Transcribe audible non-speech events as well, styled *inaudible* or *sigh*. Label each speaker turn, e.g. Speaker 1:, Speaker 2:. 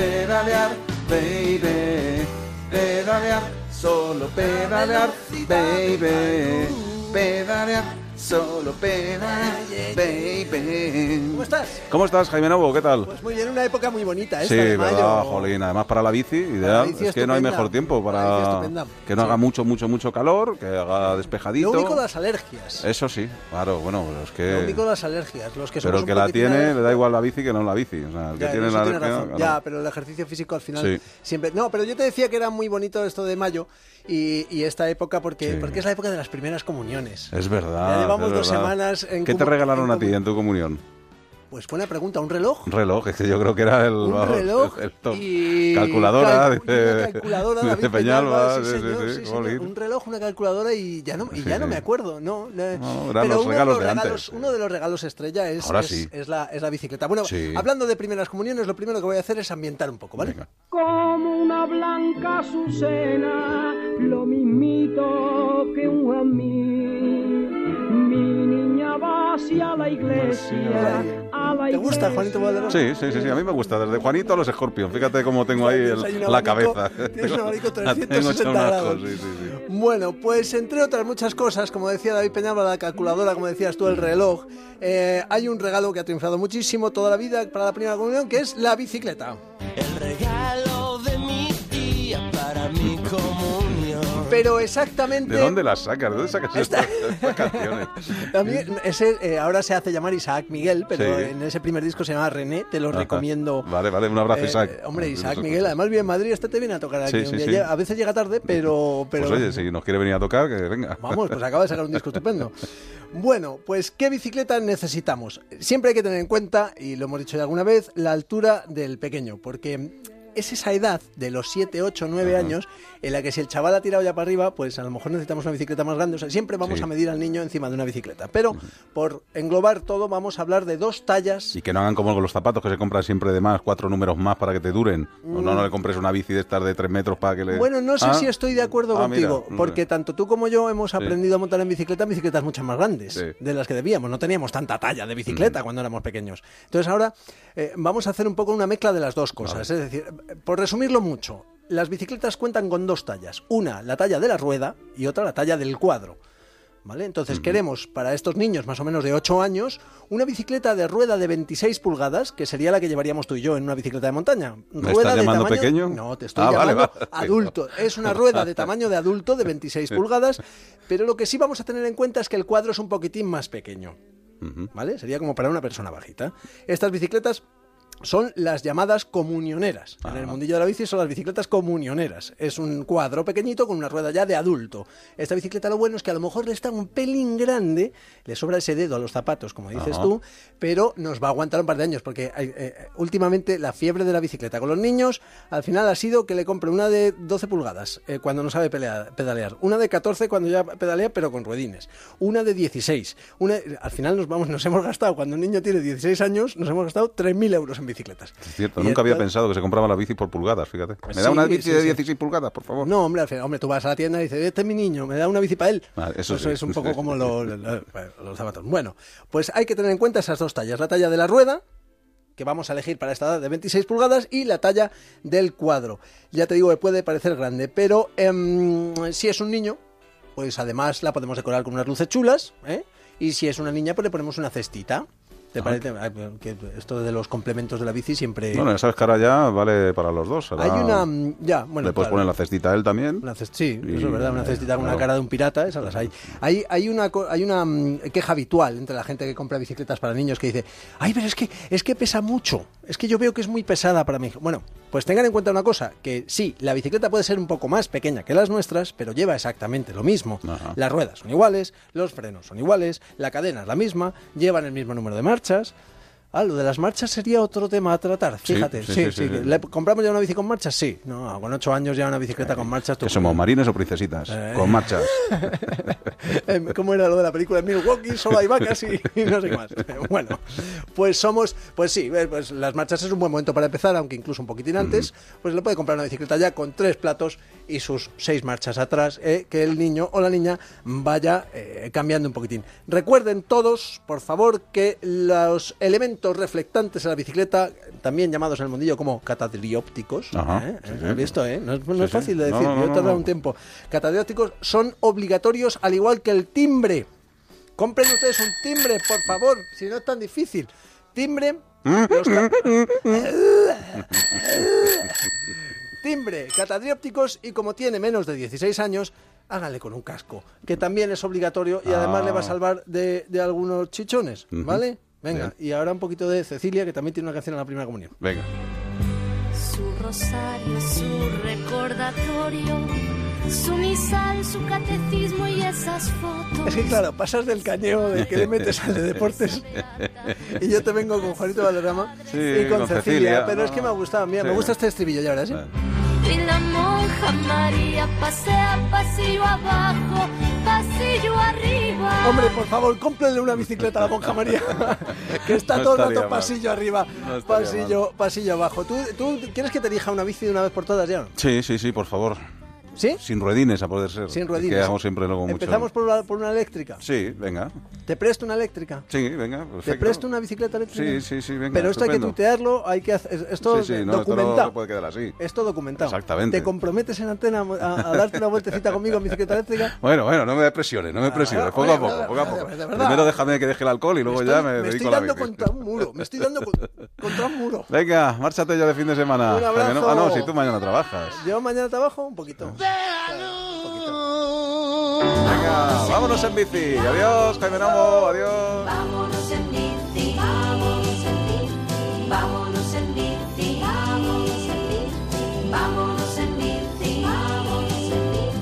Speaker 1: pedalear, baby. Pedalear, solo pedalear, baby. Pedalear, solo pedalear, baby.
Speaker 2: ¿Cómo estás?
Speaker 1: ¿Ccmo estás, Jaime Novo? ¿Qué tal?
Speaker 2: Pues muy bien, una época muy bonita
Speaker 1: Sí,
Speaker 2: esta de mayo.
Speaker 1: verdad, jolín. Además, para la bici, ideal.
Speaker 2: bici
Speaker 1: es que no hay
Speaker 2: estupenda.
Speaker 1: mejor tiempo
Speaker 2: La bici
Speaker 1: para
Speaker 2: estupenda.
Speaker 1: que no haga mucho, mucho, mucho calor, que haga despejadito.
Speaker 2: Lo único las alergias.
Speaker 1: Eso sí, claro, bueno, pero es
Speaker 2: Lo único
Speaker 1: que.
Speaker 2: las alergias. Los que
Speaker 1: Eh. Pero
Speaker 2: somos
Speaker 1: el que
Speaker 2: un
Speaker 1: la
Speaker 2: poquitín
Speaker 1: tiene, le
Speaker 2: alérgicos-
Speaker 1: da igual la bici que no la bici. O sea, el que
Speaker 2: Ya, en
Speaker 1: tiene
Speaker 2: eso
Speaker 1: la
Speaker 2: tiene
Speaker 1: alergia,
Speaker 2: razón.
Speaker 1: claro.
Speaker 2: Ya, pero el ejercicio físico al final
Speaker 1: Sí.
Speaker 2: siempre. No, pero yo te decía que era muy bonito esto de mayo y, y esta época porque,
Speaker 1: Sí.
Speaker 2: porque es la época de las primeras comuniones.
Speaker 1: Es verdad.
Speaker 2: Ya llevamos
Speaker 1: es
Speaker 2: dos
Speaker 1: verdad.
Speaker 2: semanas en
Speaker 1: ¿Qué te
Speaker 2: comu-
Speaker 1: regalaron
Speaker 2: en
Speaker 1: a ti
Speaker 2: comu-
Speaker 1: en tu comunión?
Speaker 2: Pues buena pregunta, ¿un reloj?
Speaker 1: Un reloj, es que yo creo que era el.
Speaker 2: Un
Speaker 1: vamos,
Speaker 2: reloj
Speaker 1: el top.
Speaker 2: y
Speaker 1: Calculadora,
Speaker 2: calcu- y una
Speaker 1: dice- *laughs*
Speaker 2: calculadora
Speaker 1: dice
Speaker 2: David Peñalba,
Speaker 1: Peñalba,
Speaker 2: sí,
Speaker 1: sí, sí,
Speaker 2: señor,
Speaker 1: sí,
Speaker 2: sí, señor.
Speaker 1: jolín.
Speaker 2: un reloj, una calculadora y ya no, y
Speaker 1: Sí,
Speaker 2: ya no
Speaker 1: sí.
Speaker 2: me acuerdo, no. no.
Speaker 1: No, eran
Speaker 2: Pero
Speaker 1: los
Speaker 2: uno,
Speaker 1: regalos
Speaker 2: de
Speaker 1: de
Speaker 2: los regalos,
Speaker 1: antes.
Speaker 2: uno de los regalos estrella es,
Speaker 1: Ahora
Speaker 2: es-
Speaker 1: sí.
Speaker 2: es la, es la bicicleta. Bueno,
Speaker 1: Sí.
Speaker 2: hablando de primeras comuniones, lo primero que voy a hacer es ambientar un poco, ¿vale?
Speaker 1: Venga.
Speaker 3: como una blanca azucena, lo mismito que un jamín. Mi niña va hacia la iglesia, a la
Speaker 2: ¿Te gusta,
Speaker 3: iglesia.
Speaker 2: Juanito Valderrama?
Speaker 1: Sí, sí, sí, sí, a mí me gusta. Desde Juanito a los Scorpion. Fíjate cómo tengo ahí
Speaker 2: Tienes
Speaker 1: el-
Speaker 2: ahí un
Speaker 1: la
Speaker 2: abanico-
Speaker 1: cabeza.
Speaker 2: tienes un abanico
Speaker 1: *laughs* La tengo hecha
Speaker 2: 360
Speaker 1: un ajo,
Speaker 2: grados.
Speaker 1: sí, sí, sí.
Speaker 2: Bueno, pues entre otras muchas cosas, como decía David Peñalba, la calculadora, como decías tú, el reloj, eh, hay un regalo que ha triunfado muchísimo toda la vida para la primera comunión, que es la bicicleta.
Speaker 4: El regalo de mi tía para mi comunión.
Speaker 2: Pero exactamente...
Speaker 1: ¿De dónde las sacas? ¿De dónde sacas estas, estas canciones?
Speaker 2: *laughs* También ese, eh, ahora se hace llamar Isaac Miguel, pero
Speaker 1: Sí.
Speaker 2: en ese primer disco se llama René, te lo *laughs*
Speaker 1: Ajá.
Speaker 2: recomiendo.
Speaker 1: *laughs* Vale, vale, un abrazo,
Speaker 2: Eh,
Speaker 1: Isaac. pues,
Speaker 2: hombre,
Speaker 1: Sí,
Speaker 2: Isaac
Speaker 1: sí, sí.
Speaker 2: Miguel, además vive en Madrid, este te viene a tocar aquí
Speaker 1: Sí, sí,
Speaker 2: un día.
Speaker 1: sí.
Speaker 2: Ya- A veces llega tarde, pero... pero
Speaker 1: *laughs* Pues oye, si nos quiere venir a tocar, que venga.
Speaker 2: Vamos, pues acaba de sacar un disco
Speaker 1: *laughs*
Speaker 2: estupendo. Bueno, pues ¿qué bicicleta necesitamos? Siempre hay que tener en cuenta, y lo hemos dicho ya alguna vez, la altura del pequeño, porque es esa edad de los 7, 8, 9 años en la que si el chaval ha tirado ya para arriba, pues a lo mejor necesitamos una bicicleta más grande. O sea, siempre vamos
Speaker 1: Sí.
Speaker 2: a medir al niño encima de una bicicleta. Pero por englobar todo, vamos a hablar de dos tallas.
Speaker 1: Y que no hagan como con los zapatos, que se compran siempre de más, cuatro números más para que te duren. O no, no le compres una bici de estas de tres metros para que le...
Speaker 2: Mm. Bueno, no sé
Speaker 1: Ah.
Speaker 2: si estoy de acuerdo
Speaker 1: Ah, mira,
Speaker 2: contigo,
Speaker 1: no sé.
Speaker 2: porque tanto tú como yo hemos aprendido a montar en bicicleta en bicicletas muchas más grandes
Speaker 1: Sí. Mm.
Speaker 2: de las que debíamos. No teníamos tanta talla de bicicleta cuando éramos pequeños. Entonces ahora eh, vamos a hacer un poco una mezcla de las dos cosas. Es decir, por resumirlo mucho, las bicicletas cuentan con dos tallas. Una, la talla de la rueda y otra, la talla del cuadro. ¿Vale? Entonces queremos para estos niños más o menos de 8 años una bicicleta de rueda de 26 pulgadas, que sería la que llevaríamos tú y yo en una bicicleta de montaña.
Speaker 1: ¿Me
Speaker 2: Rueda
Speaker 1: estás
Speaker 2: de
Speaker 1: llamando
Speaker 2: tamaño-
Speaker 1: pequeño?
Speaker 2: No, te estoy
Speaker 1: Ah, vale,
Speaker 2: llamando
Speaker 1: vale.
Speaker 2: adulto. Es una rueda de tamaño de adulto de 26
Speaker 1: *laughs*
Speaker 2: pulgadas, pero lo que sí vamos a tener en cuenta es que el cuadro es un poquitín más pequeño. ¿Vale? Sería como para una persona bajita. Estas bicicletas son las llamadas comunioneras. En el mundillo de la bici son las bicicletas comunioneras. Es un cuadro pequeñito con una rueda ya de adulto. Esta bicicleta lo bueno es que a lo mejor le está un pelín grande, le sobra ese dedo a los zapatos, como dices
Speaker 1: Ajá.
Speaker 2: tú, pero nos va a aguantar un par de años, porque eh, eh, últimamente la fiebre de la bicicleta con los niños al final ha sido que le compre una de 12 pulgadas eh, cuando no sabe pelea- pedalear, una de 14 cuando ya pedalea pero con ruedines, una de 16, una, al final nos, vamos, nos hemos gastado, cuando un niño tiene 16 años, nos hemos gastado 3.000 euros en bicicletas.
Speaker 1: Es cierto,
Speaker 2: Y
Speaker 1: nunca había
Speaker 2: entonces-
Speaker 1: pensado que se compraba la bici por pulgadas, fíjate.
Speaker 2: Pues
Speaker 1: ¿Me da
Speaker 2: sí,
Speaker 1: una bici
Speaker 2: sí,
Speaker 1: de
Speaker 2: sí.
Speaker 1: 16 pulgadas, por favor?
Speaker 2: No, hombre, al final, hombre, tú vas a la tienda y dices, este es mi niño, me da una bici para él.
Speaker 1: Ah, eso sí.
Speaker 2: es un poco como
Speaker 1: *laughs*
Speaker 2: lo- lo- lo- los zapatos. Bueno, pues hay que tener en cuenta esas dos tallas. La talla de la rueda, que vamos a elegir para esta edad de 26 pulgadas, y la talla del cuadro. Ya te digo que puede parecer grande, pero em, si es un niño, pues además la podemos decorar con unas luces chulas, ¿eh? Y si es una niña, pues le ponemos una cestita.
Speaker 1: Ah.
Speaker 2: ¿Te parece? Ay, que Esto de los complementos de la bici siempre...
Speaker 1: Bueno, ya sabes que ahora ya vale para los dos. ahora
Speaker 2: eh, hay una... mm, Ya, bueno...
Speaker 1: le puedes
Speaker 2: claro.
Speaker 1: poner la cestita a él también.
Speaker 2: Una cest- sí,
Speaker 1: Y-
Speaker 2: eso es verdad, una cestita con una
Speaker 1: claro.
Speaker 2: cara de un pirata, esas las hay. Hay, hay una, co- hay una mm, queja habitual entre la gente que compra bicicletas para niños que dice, ay, pero es que, es que pesa mucho, es que yo veo que es muy pesada para mí. Bueno, pues tengan en cuenta una cosa, que sí, la bicicleta puede ser un poco más pequeña que las nuestras, pero lleva exactamente lo mismo.
Speaker 1: Ajá.
Speaker 2: Las ruedas son iguales, los frenos son iguales, la cadena es la misma, llevan el mismo número de marchas. Ah, lo de las marchas sería otro tema a tratar,
Speaker 1: Sí,
Speaker 2: fíjate.
Speaker 1: sí,
Speaker 2: sí,
Speaker 1: sí, sí,
Speaker 2: sí.
Speaker 1: sí.
Speaker 2: ¿Le ¿Compramos ya una bici con marchas? Sí. No, con ocho años ya una bicicleta con marchas. tú-
Speaker 1: Eh,
Speaker 2: *laughs*
Speaker 1: Que somos marines o princesitas,
Speaker 2: Eh. *laughs*
Speaker 1: con marchas.
Speaker 2: Em, ¿Cómo era lo de la película Milwaukee? Solo hay vacas y, y *laughs* no sé qué más. Eh, Bueno, pues somos, pues sí, eh, pues las marchas es un buen momento para empezar, aunque incluso un poquitín antes, pues le puede comprar una bicicleta ya con tres platos y sus seis marchas atrás, eh, que el niño o la niña vaya eh, cambiando un poquitín. Recuerden todos, por favor, que los elementos elementos reflectantes a la bicicleta, también llamados en el mundillo como catadriópticos.
Speaker 1: Ajá,
Speaker 2: ¿eh?
Speaker 1: sí, sí.
Speaker 2: ¿Has visto, eh? No, es, no
Speaker 1: Sí,
Speaker 2: es fácil de
Speaker 1: sí. No,
Speaker 2: decir,
Speaker 1: no,
Speaker 2: yo he
Speaker 1: no,
Speaker 2: tardado
Speaker 1: no.
Speaker 2: un tiempo. Catadriópticos son obligatorios al igual que el timbre. Compren ustedes un timbre, por favor, si no es tan difícil. Timbre. los ca- timbre, catadriópticos y como tiene menos de 16 años, hágale con un casco, que también es obligatorio y además
Speaker 1: Ah.
Speaker 2: le va a salvar de, de algunos chichones,
Speaker 1: Ujú.
Speaker 2: ¿vale? Venga,
Speaker 1: Bien.
Speaker 2: y ahora un poquito de Cecilia, que también tiene una canción en la primera comunión.
Speaker 1: Venga.
Speaker 5: Su rosario, su recordatorio, su misal, su catecismo y esas fotos.
Speaker 2: Es que claro, pasas del cañeo de que le metes al de deportes *laughs* y yo te vengo con Juanito Valderrama
Speaker 1: Sí,
Speaker 2: y con,
Speaker 1: con
Speaker 2: Cecilia,
Speaker 1: Cecilia,
Speaker 2: pero
Speaker 1: no,
Speaker 2: es que
Speaker 1: no.
Speaker 2: me ha gustado, mira,
Speaker 1: Sí.
Speaker 2: me gusta este estribillo, ya verás, ¿eh?
Speaker 5: *laughs* Y la monja María pasea pasillo abajo, pasillo arriba.
Speaker 2: Hombre, por favor, cómprenle una bicicleta a la monja
Speaker 1: *laughs*
Speaker 2: María, que está
Speaker 1: No
Speaker 2: todo el
Speaker 1: estaría
Speaker 2: rato
Speaker 1: mal.
Speaker 2: pasillo arriba,
Speaker 1: No estaría
Speaker 2: pasillo, pasillo abajo. ¿Tú, ¿Tú quieres que te elija una bici de una vez por todas ya?
Speaker 1: Sí, sí, sí, por favor.
Speaker 2: ¿Sí?
Speaker 1: Sin ruedines, a poder ser.
Speaker 2: Sin
Speaker 1: Es
Speaker 2: ruedines.
Speaker 1: Que hago siempre luego mucho.
Speaker 2: Empezamos por una, por una eléctrica.
Speaker 1: Sí, venga.
Speaker 2: ¿Te presto una eléctrica?
Speaker 1: Sí, venga. Perfecto.
Speaker 2: ¿Te presto una bicicleta eléctrica?
Speaker 1: Sí, sí, sí, venga,
Speaker 2: Pero esto hay que
Speaker 1: estupendo.
Speaker 2: tutearlo, hay que hacer, esto
Speaker 1: Sí, sí,
Speaker 2: es
Speaker 1: no, esto no-
Speaker 2: documentado.
Speaker 1: no puede quedar así.
Speaker 2: Esto documentado.
Speaker 1: Exactamente.
Speaker 2: ¿Te comprometes en antena a, a darte una vueltecita conmigo en bicicleta eléctrica?
Speaker 1: Bueno, bueno, no me presiones, no me presiones.
Speaker 2: Ah,
Speaker 1: Poco a
Speaker 2: oye,
Speaker 1: poco,
Speaker 2: de
Speaker 1: poco a
Speaker 2: verdad,
Speaker 1: poco.
Speaker 2: de verdad.
Speaker 1: Primero déjame que deje el alcohol y luego
Speaker 2: Estoy-
Speaker 1: ya me dedico
Speaker 2: estoy
Speaker 1: a la
Speaker 2: dando
Speaker 1: bici.
Speaker 2: contra un muro, me estoy dando con- contra un
Speaker 1: *laughs*
Speaker 2: muro.
Speaker 1: Venga, márchate ya de fin de semana.
Speaker 2: Un abrazo.
Speaker 1: Que no- Ah, no, si tú mañana trabajas.
Speaker 2: ¿Yo mañana trabajo? Un poquito.
Speaker 1: Venga, vámonos en bici. Adiós, Jaime Namo, adiós.
Speaker 5: Vámonos en bici, vámonos en bici, vámonos.